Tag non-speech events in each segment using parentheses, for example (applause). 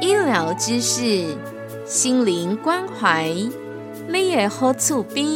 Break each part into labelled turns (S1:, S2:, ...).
S1: 医疗知识，心灵关怀，你的好厝边。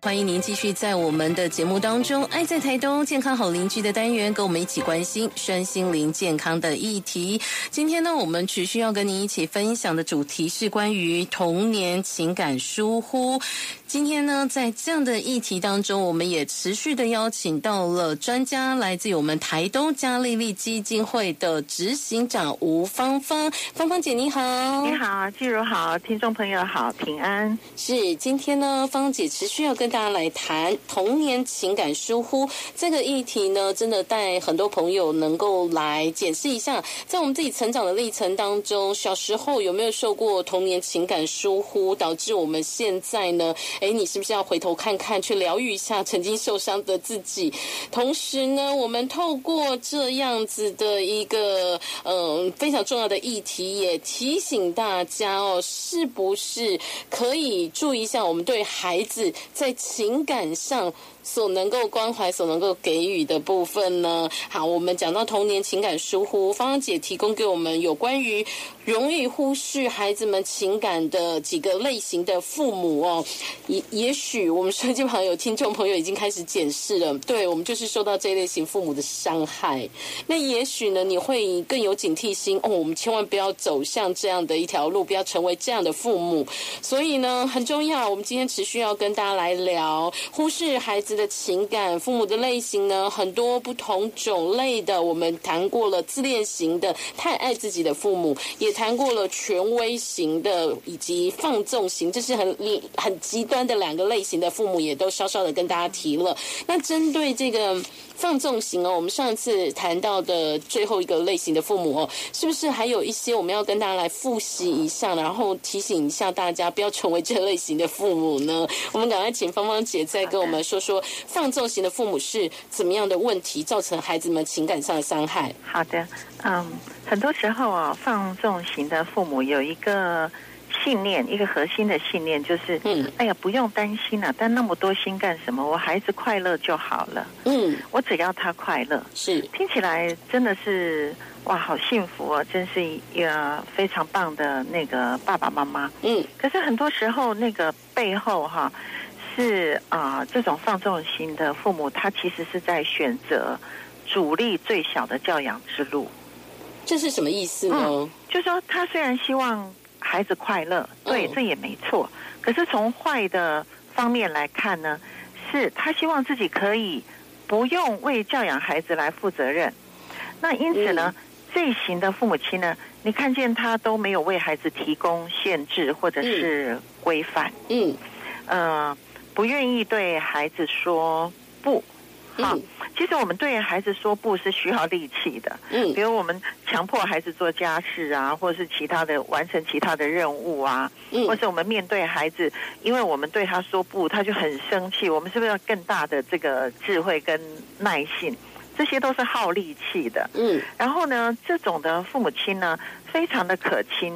S1: 欢迎您继续在我们的节目当中，《爱在台东健康好邻居》的单元，跟我们一起关心身心灵健康的议题。今天呢，我们持续要跟您一起分享的主题是关于童年情感疏忽。今天呢，在这样的议题当中，我们也持续的邀请到了专家，来自于我们台东嘉丽丽基金会的执行长吴芳芳。芳芳姐，你好。
S2: 你好，季如好，听众朋友好，平安。
S1: 是，今天呢，芳姐持续要跟大家来谈童年情感疏忽这个议题呢，真的带很多朋友能够来解释一下，在我们自己成长的历程当中，小时候有没有受过童年情感疏忽，导致我们现在呢，哎，你是不是要回头看看，去疗愈一下曾经受伤的自己？同时呢，我们透过这样子的一个嗯非常重要的议题，也提醒大家哦，是不是可以注意一下我们对孩子在情感上所能够关怀、所能够给予的部分呢？好，我们讲到童年情感疏忽，芳芳姐提供给我们有关于容易忽视孩子们情感的几个类型的父母哦。也也许我们手机旁有听众朋友已经开始检视了，对我们就是受到这类型父母的伤害。那也许呢，你会更有警惕心哦，我们千万不要走向这样的一条路，不要成为这样的父母。所以呢，很重要。我们今天持续要跟大家来聊，忽视孩子的情感，父母的类型呢，很多不同种类的。我们谈过了自恋型的，太爱自己的父母，也谈过了权威型的，以及放纵型，这是很很极端的两个类型的父母，也都稍稍的跟大家提了。那针对这个。放纵型哦，我们上次谈到的最后一个类型的父母哦，是不是还有一些我们要跟大家来复习一下，然后提醒一下大家不要成为这类型的父母呢？我们赶快请芳芳姐再跟我们说说放纵型的父母是怎么样的问题造成孩子们情感上的伤害。
S2: 好的，嗯，很多时候啊、哦，放纵型的父母有一个信念，一个核心的信念就是，
S1: 嗯
S2: 哎呀，不用担心了、担那么多心干什么？我孩子快乐就好了，
S1: 嗯，
S2: 我只要他快乐。
S1: 是
S2: 听起来真的是哇，好幸福哦！真是一个非常棒的那个爸爸妈妈。
S1: 嗯
S2: 可是很多时候，那个背后哈、是啊、这种放纵型的父母，他其实是在选择阻力最小的教养之路。
S1: 这是什么意思呢？
S2: 就说他虽然希望孩子快乐，对，
S1: 嗯
S2: 这也没错。可是从坏的方面来看呢，是他希望自己可以不用为教养孩子来负责任。那因此呢，这一型的父母亲呢，你看见他都没有为孩子提供限制或者是规范。
S1: 嗯
S2: 呃，不愿意对孩子说不。好，
S1: 嗯
S2: 其实我们对孩子说不是需要力气的，
S1: 嗯
S2: 比如我们强迫孩子做家事啊，或者是其他的完成其他的任务啊，或
S1: 嗯，
S2: 是我们面对孩子，因为我们对他说不，他就很生气。我们是不是要更大的这个智慧跟耐性？这些都是耗力气的。
S1: 嗯
S2: 然后呢，这种的父母亲呢，非常的可亲，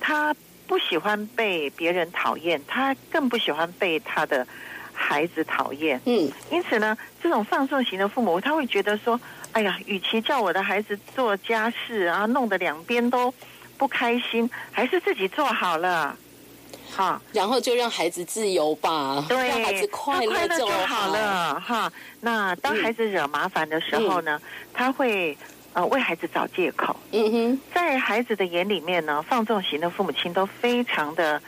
S2: 他不喜欢被别人讨厌，他更不喜欢被他的孩子讨厌。
S1: 嗯
S2: 因此呢，这种放纵型的父母，他会觉得说：“哎呀，与其叫我的孩子做家事啊，弄得两边都不开心，还是自己做好了。”哈，
S1: 然后就让孩子自由吧，
S2: 对，
S1: 让孩子快
S2: 他
S1: 乐
S2: 就
S1: 好
S2: 好。了哈。那当
S1: 嗯
S2: 孩子惹麻烦的时候呢，他会呃为孩子找借口。
S1: 嗯哼，
S2: 在孩子的眼里面呢，放纵型的父母亲都非常的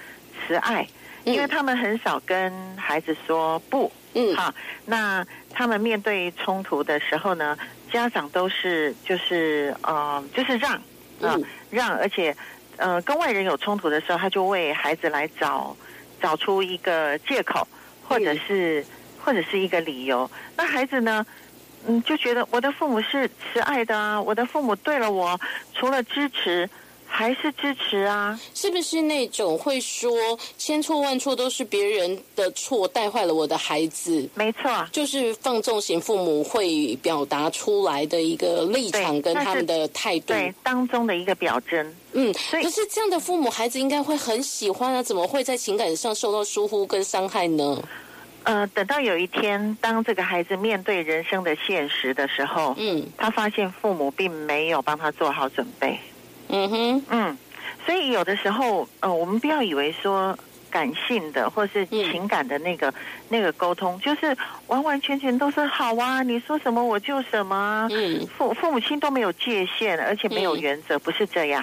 S2: 慈爱，
S1: 嗯
S2: 因为他们很少跟孩子说不。
S1: 嗯
S2: 好，那他们面对冲突的时候呢，家长都是就是呃就是让啊、
S1: 嗯
S2: 让，而且呃跟外人有冲突的
S1: 嗯
S2: 时候，他就为孩子来找找出一个借口，或者是或者是一个理由。那孩子呢，嗯，就觉得我的父母是慈爱的啊，我的父母对了我，除了支持还是支持啊。
S1: 是不是那种会说千错万错都是别人的错带坏了我的孩子？
S2: 没错，啊
S1: 就是放纵型父母会表达出来的一个立场
S2: 对
S1: 跟
S2: 但
S1: 他
S2: 是
S1: 们的态度。
S2: 对当中的一个表征。
S1: 嗯，
S2: 以
S1: 可是这样的父母，孩子应该会很喜欢啊，怎么会在情感上受到疏忽跟伤害呢？
S2: 呃，等到有一天，当这个孩子面对人生的现实的时候，
S1: 嗯
S2: 他发现父母并没有帮他做好准备。
S1: 嗯哼，
S2: 嗯，所以有的时候，呃，我们不要以为说感性的或是
S1: 嗯
S2: 情感的那个、那个沟通，就是完完全全都是好啊，你说什么我就什么啊。
S1: 嗯，
S2: 父父母亲都没有界限，而且没有
S1: 嗯
S2: 原则，不是这样。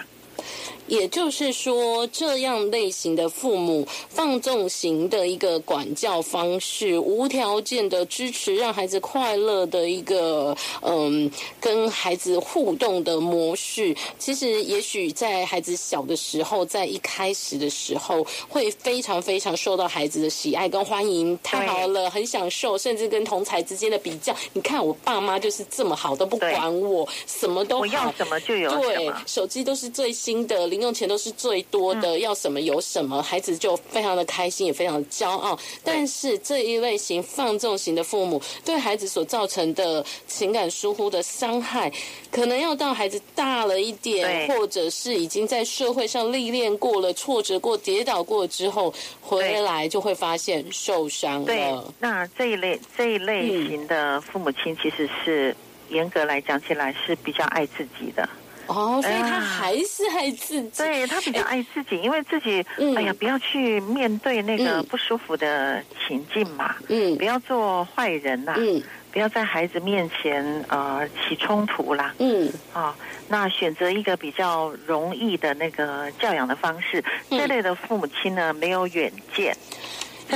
S1: 也就是说，这样类型的父母放纵型的一个管教方式，无条件的支持，让孩子快乐的一个嗯，跟孩子互动的模式，其实也许在孩子小的时候，在一开始的时候，会非常非常受到孩子的喜爱跟欢迎，太好了，很享受，甚至跟同才之间的比较，你看我爸妈就是这么好，都不
S2: 对
S1: 管我，什么都好
S2: 我要什么就有什
S1: 对
S2: 么，。
S1: 手机都是最新的，零用钱都是最多
S2: 嗯
S1: 的，要什么有什么，孩子就非常的开心，也非常的骄傲。但是这一类型放纵型的父母对孩子所造成的情感疏忽的伤害，可能要到孩子大了一点，
S2: 对
S1: 或者是已经在社会上历练过了、挫折过、跌倒过之后，回
S2: 对
S1: 来就会发现受伤
S2: 对
S1: 了。，
S2: 那这一类这一类型的父母亲，其实是、严格来讲起来是比较爱自己的，
S1: 哦，所以他
S2: 啊
S1: 还是爱自己。
S2: 对他比较爱自己，因为自己、
S1: 嗯
S2: 哎呀，不要去面对那个
S1: 嗯
S2: 不舒服的情境嘛，
S1: 嗯
S2: 不要做坏人呐、
S1: 嗯
S2: 不要在孩子面前呃起冲突啦，
S1: 嗯
S2: 啊、那选择一个比较容易的那个教养的方式，
S1: 嗯
S2: 这类的父母亲呢没有远见，在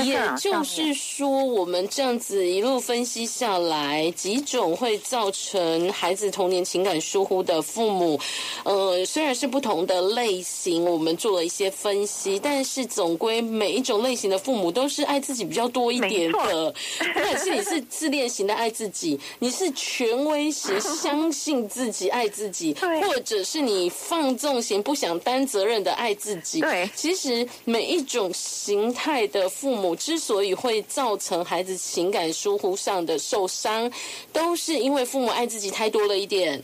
S1: (laughs) 也
S2: 教养 (laughs) 上
S1: 就
S2: 面
S1: 是说，我们这样子一路分析下来，几种会造成孩子童年情感疏忽的父母，呃，虽然是不同的类型，我们做了一些分析，但是总归每一种类型的父母都是爱自己比较多一点 (laughs) 的。不管是你是自恋型的爱自己，你是权威型相信自己爱自己，
S2: (laughs) 对
S1: 或者是你放纵型不想担责任的爱自己，
S2: 对
S1: 其实每一种形态的父母之所以会造成孩子情感疏忽上的受伤，都是因为父母爱自己太多了一点。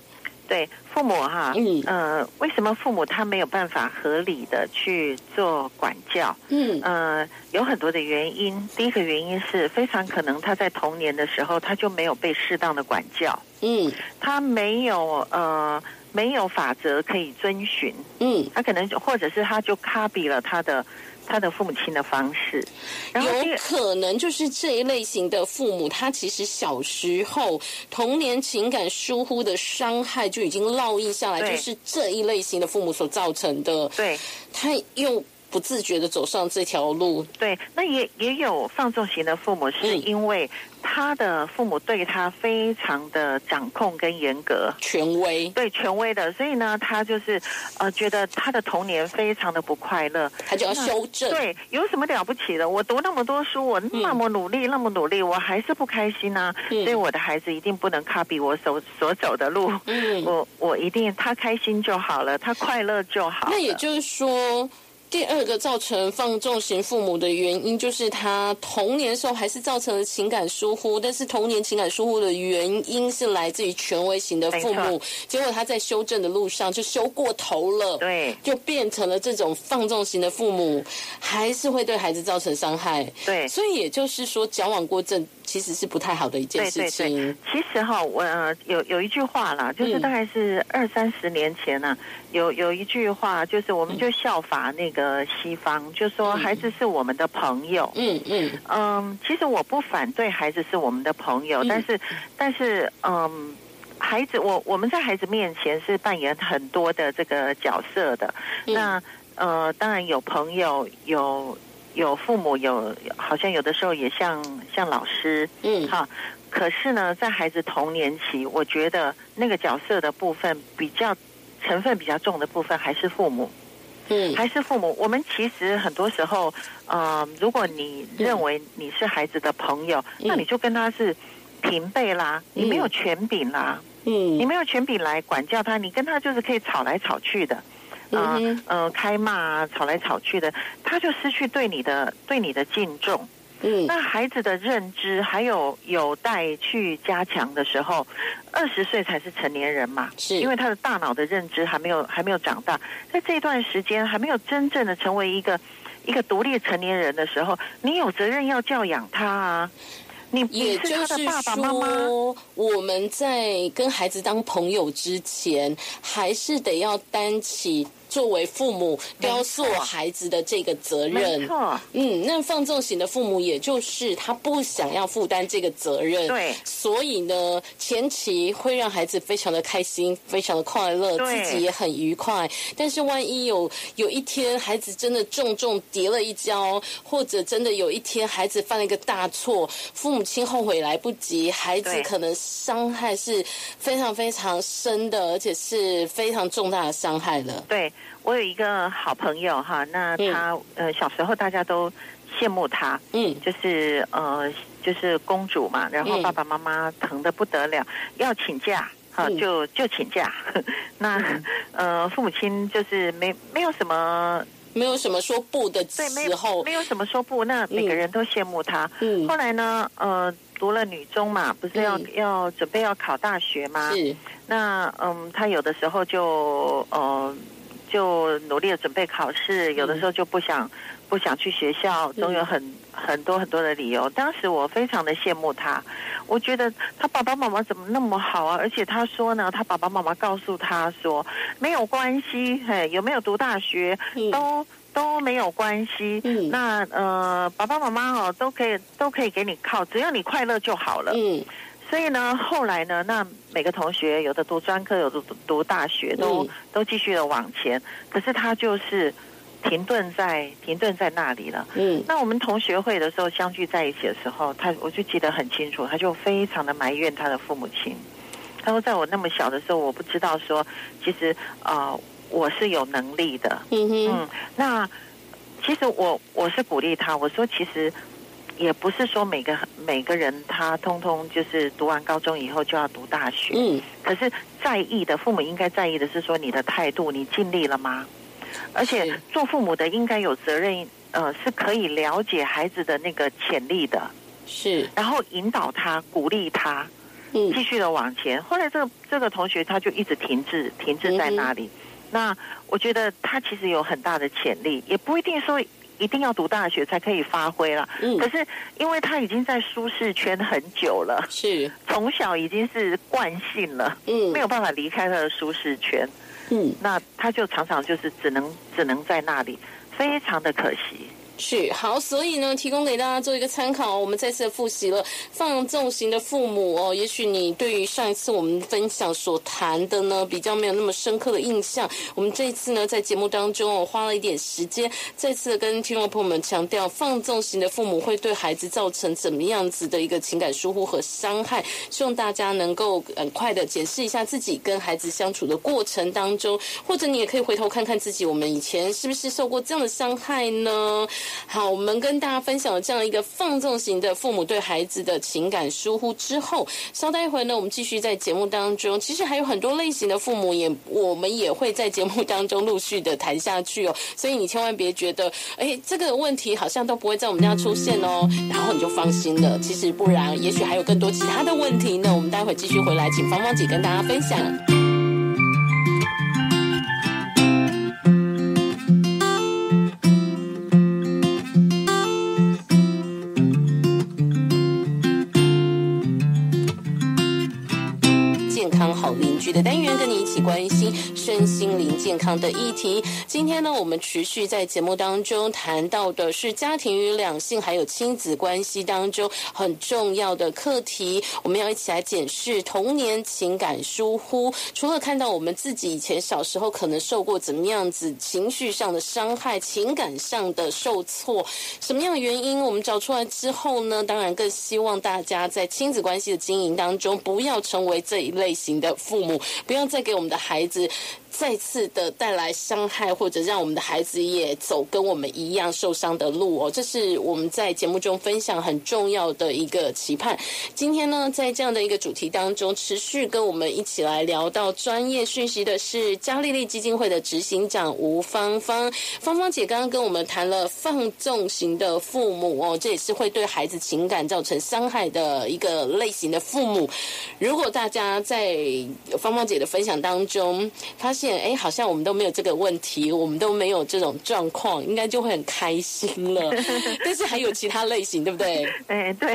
S2: 对父母哈，
S1: 嗯
S2: 呃，为什么父母他没有办法合理的去做管教？
S1: 嗯
S2: 呃，有很多的原因。第一个原因是非常可能他在童年的时候他就没有被适当的管教，
S1: 嗯
S2: 他没有呃没有法则可以遵循，
S1: 嗯，
S2: 他可能就或者是他就 copy 了他的他的父母亲的方式，然后第
S1: 有
S2: 二
S1: 可能就是这一类型的父母，他其实小时候童年情感疏忽的伤害就已经烙印下来，
S2: 对
S1: 就是这一类型的父母所造成的。
S2: 对
S1: 他又不自觉的走上这条路，
S2: 对，那也也有放纵型的父母，是
S1: 嗯
S2: 因为他的父母对他非常的掌控跟严格。
S1: 权威，
S2: 对权威的，所以呢，他就是呃，觉得他的童年非常的不快乐。
S1: 他就要修正。
S2: 对，有什么了不起的？我读那么多书，我那么努力，那么努力，我还是不开心呐、
S1: 嗯
S2: 所以我的孩子一定不能 copy 我所所走的路。
S1: 嗯
S2: 我我一定他开心就好了，他快乐就好了。
S1: 那也就是说，第二个造成放纵型父母的原因，就是他童年时候还是造成了情感疏忽，但是童年情感疏忽的原因是来自于权威型的父
S2: 没
S1: 母，结果他在修正的路上就修过头了，
S2: 对
S1: 就变成了这种放纵型的父母，还是会对孩子造成伤害。
S2: 对
S1: 所以也就是说，矫枉过正其实是不太好的一件
S2: 对
S1: 事
S2: 对
S1: 情。
S2: 对，其实哈，我、呃、有有一句话啦，就是
S1: 嗯
S2: 大概是二三十年前呢、有有一句话，就是我们就效法那个西方，就说
S1: 嗯
S2: 孩子是我们的朋友。
S1: 嗯嗯
S2: 嗯，其实我不反对孩子是我们的朋友，
S1: 嗯
S2: 但是但是嗯，孩子我我们在孩子面前是扮演很多的这个角色的。
S1: 嗯
S2: 那呃，当然有朋友，有有父母，有好像有的时候也像像老师，
S1: 嗯，
S2: 哈。可是呢，在孩子童年期，我觉得那个角色的部分比较成分比较重的部分还是父母。
S1: 嗯
S2: 还是父母，我们其实很多时候，呃，如果你认为你是孩子的朋友，
S1: 嗯
S2: 那你就跟他是平辈啦，
S1: 嗯
S2: 你没有权柄啦，
S1: 嗯
S2: 你没有权柄来管教他，你跟他就是可以吵来吵去的，啊、
S1: 嗯
S2: 呃，开骂啊，吵来吵去的，他就失去对你的对你的敬重。
S1: 嗯
S2: 那孩子的认知还有有待去加强的时候，二十岁才是成年人嘛，
S1: 是
S2: 因为他的大脑的认知还没有还没有长大，在这段时间还没有真正的成为一个一个独立成年人的时候，你有责任要教养他啊，你
S1: 也
S2: 你
S1: 就是是
S2: 他的爸爸妈妈，
S1: 说，我们在跟孩子当朋友之前，还是得要担起作为父母雕塑孩子的这个责
S2: 没
S1: 任。
S2: 错，
S1: 嗯，那放纵型的父母，也就是他不想要负担这个责任，
S2: 对
S1: 所以呢，前期会让孩子非常的开心，非常的快乐，
S2: 对
S1: 自己也很愉快。但是万一有有一天孩子真的重重跌了一跤，或者真的有一天孩子犯了一个大错，父母亲后悔来不及，孩子
S2: 对
S1: 可能伤害是非常非常深的，而且是非常重大的伤害了。
S2: 对我有一个好朋友哈，那他、呃小时候大家都羡慕他，
S1: 嗯
S2: 就是呃，就是公主嘛，然后
S1: 嗯
S2: 爸爸妈妈疼得不得了，要请假。啊，
S1: 嗯
S2: 就就请假。 (laughs) 那、呃，父母亲就是没没有什么
S1: 没有什么说不的
S2: 对，没
S1: 时
S2: 有
S1: 候
S2: 没，有什么说不。那每个人都羡慕他。
S1: 嗯
S2: 后来呢，呃，读了女中嘛，不是要、
S1: 嗯
S2: 要准备要考大学嘛？
S1: 是
S2: 那嗯，他有的时候就呃，就努力的准备考试，有
S1: 嗯
S2: 的时候就不想不想去学校，总有很很多很多的理由。当时我非常的羡慕他，我觉得他爸爸妈妈怎么那么好啊？而且他说呢，他爸爸妈妈告诉他说，没有关系，嘿，有没有读大学
S1: 嗯
S2: 都。都没有关系，
S1: 嗯
S2: 那呃，爸爸妈妈哦，都可以都可以给你靠，只要你快乐就好了。
S1: 嗯
S2: 所以呢，后来呢，那每个同学有的读专科，有的读读大学，都、
S1: 嗯
S2: 都继续的往前。可是他就是停顿在停顿在那里了。
S1: 嗯
S2: 那我们同学会的时候相聚在一起的时候，他我就记得很清楚，他就非常的埋怨他的父母亲。他说，在我那么小的时候，我不知道说，其实啊、呃我是有能力的。
S1: 嗯哼
S2: 嗯，那其实我我是鼓励他，我说其实也不是说每个每个人他通通就是读完高中以后就要读大学，
S1: 嗯
S2: 可是在意的父母应该在意的是说你的态度，你尽力了吗？而且
S1: 是
S2: 做父母的应该有责任，呃，是可以了解孩子的那个潜力的，
S1: 是
S2: 然后引导他、鼓励他，
S1: 嗯
S2: 继续的往前。后来这个这个同学他就一直停滞，停滞在那里。
S1: 嗯
S2: 那我觉得他其实有很大的潜力，也不一定说一定要读大学才可以发挥啦。
S1: 嗯
S2: 可是因为他已经在舒适圈很久了， (laughs)
S1: 是
S2: 从小已经是惯性了，
S1: 嗯
S2: 没有办法离开他的舒适圈。
S1: 嗯。
S2: 那他就常常就是只能只能在那里，非常的可惜。
S1: 是好，所以呢，提供给大家做一个参考。我们再次地复习了放纵型的父母哦，也许你对于上一次我们分享所谈的呢，比较没有那么深刻的印象。我们这一次呢，在节目当中，我花了一点时间，再次地跟听众朋友们强调，放纵型的父母会对孩子造成怎么样子的一个情感疏忽和伤害，希望大家能够呃很快的检视一下自己跟孩子相处的过程当中，或者你也可以回头看看自己，我们以前是不是受过这样的伤害呢？好，我们跟大家分享了这样一个放纵型的父母对孩子的情感疏忽之后，稍待一会儿呢，我们继续在节目当中，其实还有很多类型的父母也，我们也会在节目当中陆续的谈下去哦。所以你千万别觉得，哎，这个问题好像都不会在我们家出现哦，然后你就放心了。其实不然，也许还有更多其他的问题呢。我们待会儿继续回来，请芳芳姐跟大家分享。健康好邻居的单元，跟你一起关心身心灵健康的议题。今天呢，我们持续在节目当中谈到的是家庭与两性还有亲子关系当中很重要的课题。我们要一起来检视童年情感疏忽，除了看到我们自己以前小时候可能受过怎么样子情绪上的伤害、情感上的受挫，什么样的原因我们找出来之后呢，当然更希望大家在亲子关系的经营当中，不要成为这一类型的父母。母，不要再给我们的孩子再次的带来伤害，或者让我们的孩子也走跟我们一样受伤的路哦。这是我们在节目中分享很重要的一个期盼。今天呢，在这样的一个主题当中，持续跟我们一起来聊到专业讯息的是嘉丽丽基金会的执行长吴芳芳。芳芳姐刚刚跟我们谈了放纵型的父母哦，这也是会对孩子情感造成伤害的一个类型的父母。如果大家在芳芳姐的分享当中发现，哎，好像我们都没有这个问题，我们都没有这种状况，应该就会很开心
S2: (laughs)
S1: 了。但是还有其他类型，对不对？
S2: 哎，对，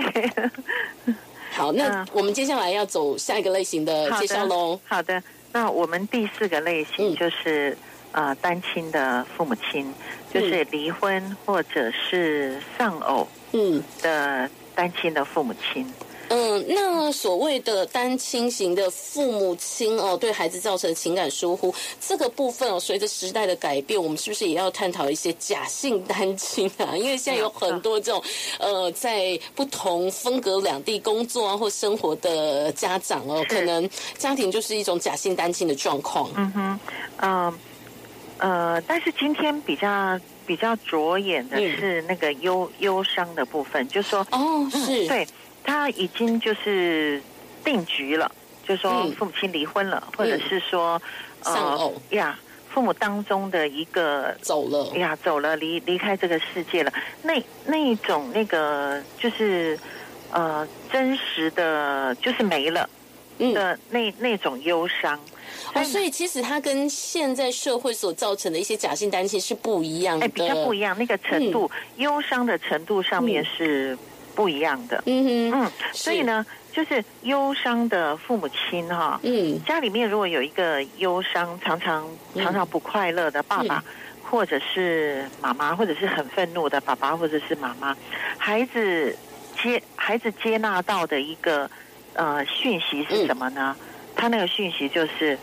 S1: 好，那
S2: 嗯
S1: 我们接下来要走下一个类型的
S2: 好
S1: 介绍
S2: 的
S1: 喽。，
S2: 好的。那我们第四个类型
S1: 嗯
S2: 就是、呃单亲的父母亲，就是离婚或者是丧偶
S1: 嗯
S2: 的单亲的父母亲。
S1: 嗯，那所谓的单亲型的父母亲哦，对孩子造成情感疏忽这个部分哦，随着时代的改变，我们是不是也要探讨一些假性单亲啊？因为现在有很多这种呃，在不同风格两地工作啊或生活的家长哦，可能家庭就是一种假性单亲的状况。
S2: 嗯哼，呃呃，但是今天比较比较着眼的
S1: 嗯
S2: 是那个忧、忧伤的部分，就说
S1: 哦，是，
S2: 对他已经就是定局了，就说
S1: 嗯
S2: 父母亲离婚了，或者是说呃
S1: 丧偶
S2: 呀，父母当中的一个
S1: 走了，
S2: 哎呀走了，离离开这个世界了，那那一种那个就是呃真实的就是没了
S1: 嗯。
S2: 的那那种忧伤，
S1: 哦，所以其实它跟现在社会所造成的一些假性单亲是不一样的，嗯
S2: 哎比较不一
S1: 样。
S2: 样，那个程度、忧伤的程度上面
S1: 嗯
S2: 是不一样的，
S1: 嗯哼，
S2: 嗯，所以呢，就是忧伤的父母亲哈、
S1: 嗯
S2: 家里面如果有一个忧伤、常常
S1: 嗯
S2: 常常不快乐的爸爸，或者是妈妈，或者是很愤怒的爸爸，或者是妈妈，孩子接孩子接纳到的一个呃讯息是什么呢？他那个讯息就是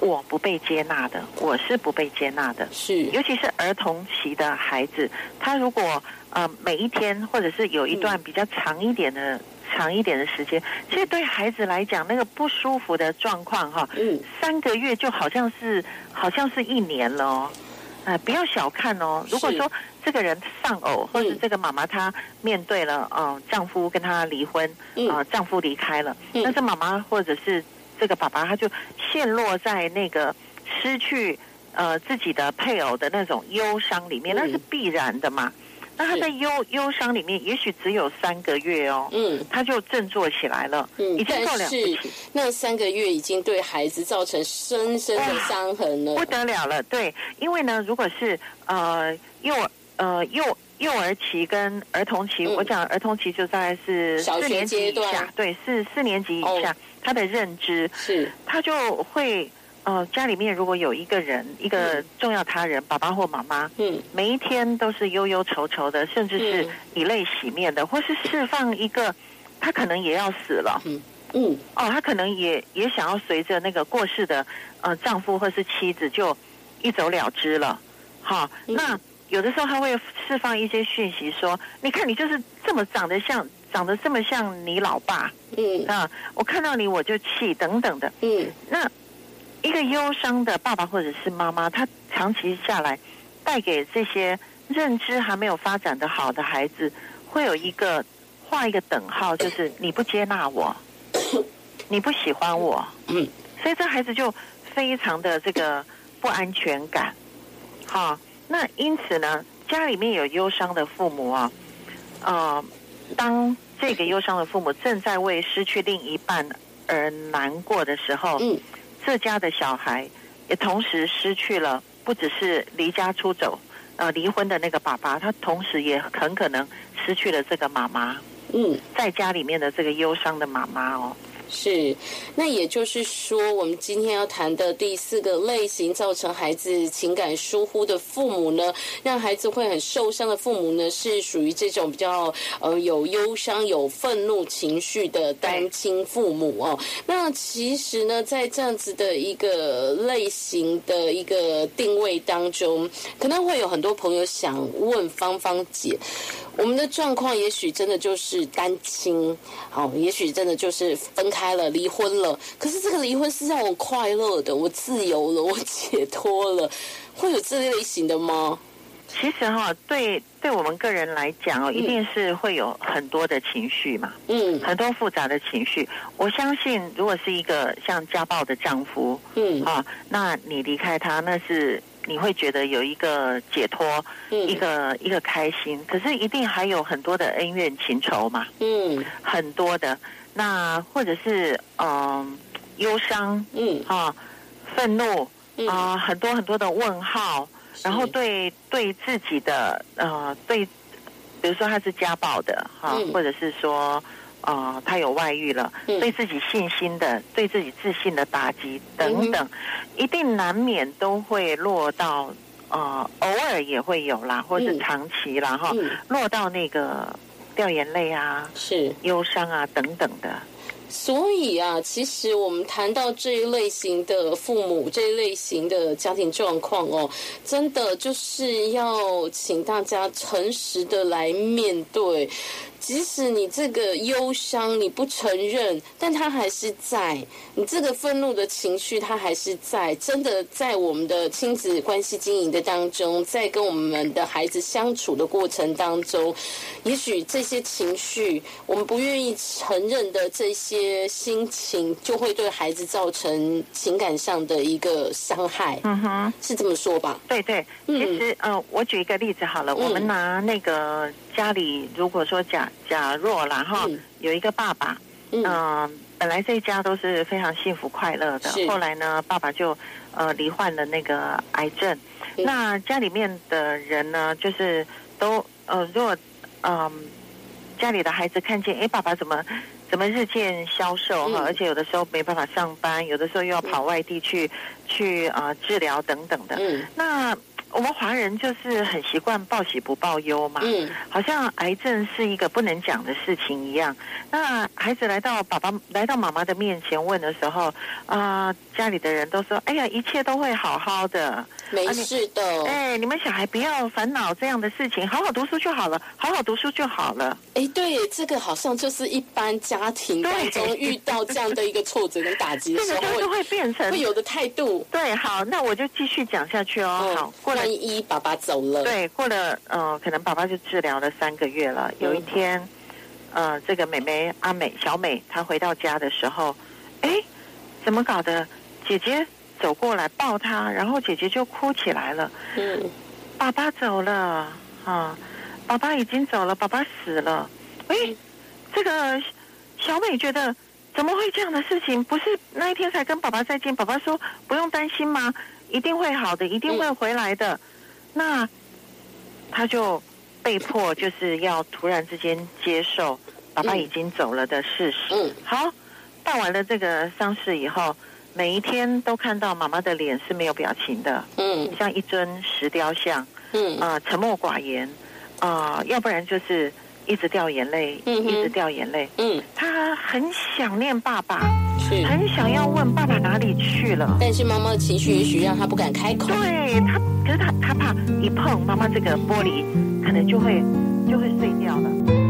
S2: 我不被接纳的，我是不被接纳的。
S1: 是，
S2: 尤其是儿童期的孩子，他如果呃每一天或者是有一段比较长一点的、长一点的时间，其实对孩子来讲，那个不舒服的状况哈，
S1: 嗯
S2: 三个月就好像是好像是一年了哦。呃，不要小看哦。如果说这个人丧偶，或者
S1: 嗯
S2: 这个妈妈她面对了，呃，丈夫跟她离婚，
S1: 嗯
S2: 啊，丈夫离开了，
S1: 嗯
S2: 但是妈妈或者是这个爸爸，他就陷落在那个失去呃自己的配偶的那种忧伤里面，
S1: 嗯
S2: 那是必然的嘛。那他在忧忧伤里面，也许只有三个月哦，
S1: 嗯
S2: 他就振作起来了，
S1: 嗯
S2: 已经够
S1: 但
S2: 了不
S1: 是
S2: 起，
S1: 那三个月已经对孩子造成深深的伤痕了
S2: 不。得了了。对，因为呢，如果是呃幼儿呃幼幼儿期跟儿童期，
S1: 嗯
S2: 我讲儿童期就大概是
S1: 小学
S2: 四年级
S1: 阶
S2: 以
S1: 段
S2: 下，对，是四年级以
S1: 哦
S2: 下，他的认知
S1: 是，
S2: 他就会呃，家里面如果有一个人，一个
S1: 嗯
S2: 重要他人，爸爸或妈妈，
S1: 嗯
S2: 每一天都是忧忧愁愁的，甚至是
S1: 嗯
S2: 以泪洗面的，或是释放一个，他可能也要死了
S1: 嗯
S2: 哦，他可能也也想要随着那个过世的呃丈夫或是妻子就一走了之了，好、
S1: 嗯
S2: 那有的时候他会释放一些讯息说，你看你就是这么长得像，长得这么像你老爸
S1: 嗯
S2: 啊，我看到你我就气等等的。
S1: 嗯
S2: 那一个忧伤的爸爸或者是妈妈，他长期下来带给这些认知还没有发展的好的孩子，会有一个画一个等号，就是你不接
S1: (laughs)
S2: 纳我，你不喜欢我，
S1: 嗯，
S2: 所以这孩子就非常的这个不安全感。好、那因此呢，家里面有忧伤的父母啊，呃，当这个忧伤的父母正在为失去另一半而难过的时候，
S1: 嗯
S2: 这家的小孩也同时失去了，不只是离家出走，呃，离婚的那个爸爸，他同时也很可能失去了这个妈妈，
S1: 嗯，
S2: 在家里面的这个忧伤的妈妈哦。
S1: 是。那也就是说，我们今天要谈的第四个类型，造成孩子情感疏忽的父母呢，让孩子会很受伤的父母呢，是属于这种比较呃有忧伤、有愤怒情绪的单亲父母哦。那其实呢，在这样子的一个类型的一个定位当中，可能会有很多朋友想问芳芳姐，我们的状况也许真的就是单亲，哦，也许真的就是分开开了，离婚了，可是这个离婚是让我快乐的，我自由了，我解脱了，会有这类型的吗？
S2: 其实哈、对对我们个人来讲哦，一定是会有很多的情绪嘛，
S1: 嗯
S2: 很多复杂的情绪。我相信，如果是一个像家暴的丈夫
S1: 嗯
S2: 啊，那你离开他，那是你会觉得有一个解脱，一
S1: 嗯
S2: 个一个开心。可是一定还有很多的恩怨情仇嘛，
S1: 嗯
S2: 很多的。那或者是嗯、忧伤
S1: 嗯
S2: 啊，愤怒
S1: 嗯，
S2: 啊、很多很多的问号。然后
S1: 是
S2: 对对自己的呃对，比如说他是家暴的哈、
S1: 嗯
S2: 或者是说呃他有外遇了、
S1: 嗯
S2: 对自己信心的、对自己自信的打击
S1: 嗯
S2: 等等，一定难免都会落到呃偶尔也会有啦，或是
S1: 嗯
S2: 长期啦哈、
S1: 嗯
S2: 落到那个掉眼泪啊、
S1: 是。
S2: 忧伤啊等等的。
S1: 所以啊，其实我们谈到这一类型的父母，这一类型的家庭状况哦，真的就是要请大家诚实的来面对。即使你这个忧伤你不承认，但它还是在；你这个愤怒的情绪它还是在。真的在我们的亲子关系经营的当中，在跟我们的孩子相处的过程当中，也许这些情绪我们不愿意承认的这些心情，就会对孩子造成情感上的一个伤害，
S2: 嗯哼。
S1: 是这么说吧？
S2: 对对，
S1: 嗯
S2: 其实呃，我举一个例子好了，我们拿那个家里，如果说假假若啦哈，
S1: 嗯
S2: 有一个爸爸，
S1: 嗯
S2: 嗯、本来这一家都是非常幸福快乐的
S1: 是，
S2: 后来呢，爸爸就呃罹患了那个癌症，
S1: 嗯
S2: 那家里面的人呢，就是都呃，如果嗯、家里的孩子看见，哎，爸爸怎么？怎么日渐消瘦哈，
S1: 嗯
S2: 而且有的时候没办法上班，有的时候又要跑外地去、去呃治疗等等的。
S1: 嗯
S2: 那我们华人就是很习惯报喜不报忧嘛，
S1: 嗯
S2: 好像癌症是一个不能讲的事情一样。那孩子来到爸爸、来到妈妈的面前问的时候，啊、家里的人都说：“哎呀，一切都会好好的。
S1: 没事的。
S2: 哎，你们小孩不要烦恼这样的事情，好好读书就好了，好好读书就好了。
S1: 哎，对耶，这个好像就是一般家庭
S2: 对
S1: 当中遇到这样的一个挫折跟打击的
S2: 这
S1: 时
S2: 个 (laughs)
S1: 候，
S2: 就是
S1: 会
S2: 会变成
S1: 会有的态度。
S2: 对。好，那我就继续讲下去哦。好
S1: 嗯，，
S2: 过了
S1: 万一爸爸走了，
S2: 对，过了呃，可能爸爸就治疗了三个月了。有一天，呃，这个美眉阿美小美她回到家的时候，哎，怎么搞的？姐姐走过来抱她，然后姐姐就哭起来了。
S1: 嗯
S2: 爸爸走了啊，爸爸已经走了，爸爸死了。哎，这个小美觉得怎么会这样的事情？不是那一天才跟爸爸再见，爸爸说不用担心吗？一定会好的，一定会回来的。那她就被迫就是要突然之间接受爸爸
S1: 嗯
S2: 已经走了的事实。
S1: 嗯
S2: 好，办完了这个丧事以后，每一天都看到妈妈的脸是没有表情的，
S1: 嗯
S2: 像一尊石雕像。
S1: 嗯
S2: 啊、沉默寡言，啊、要不然就是一直掉眼泪，
S1: 嗯哼
S2: 一直掉眼泪。
S1: 嗯，
S2: 他很想念爸爸，
S1: 是。
S2: 很想要问爸爸哪里去了。
S1: 但是妈妈的情绪也许让他不敢开口。
S2: 对他，可是他他怕一碰妈妈这个玻璃，可能就会就会碎掉了。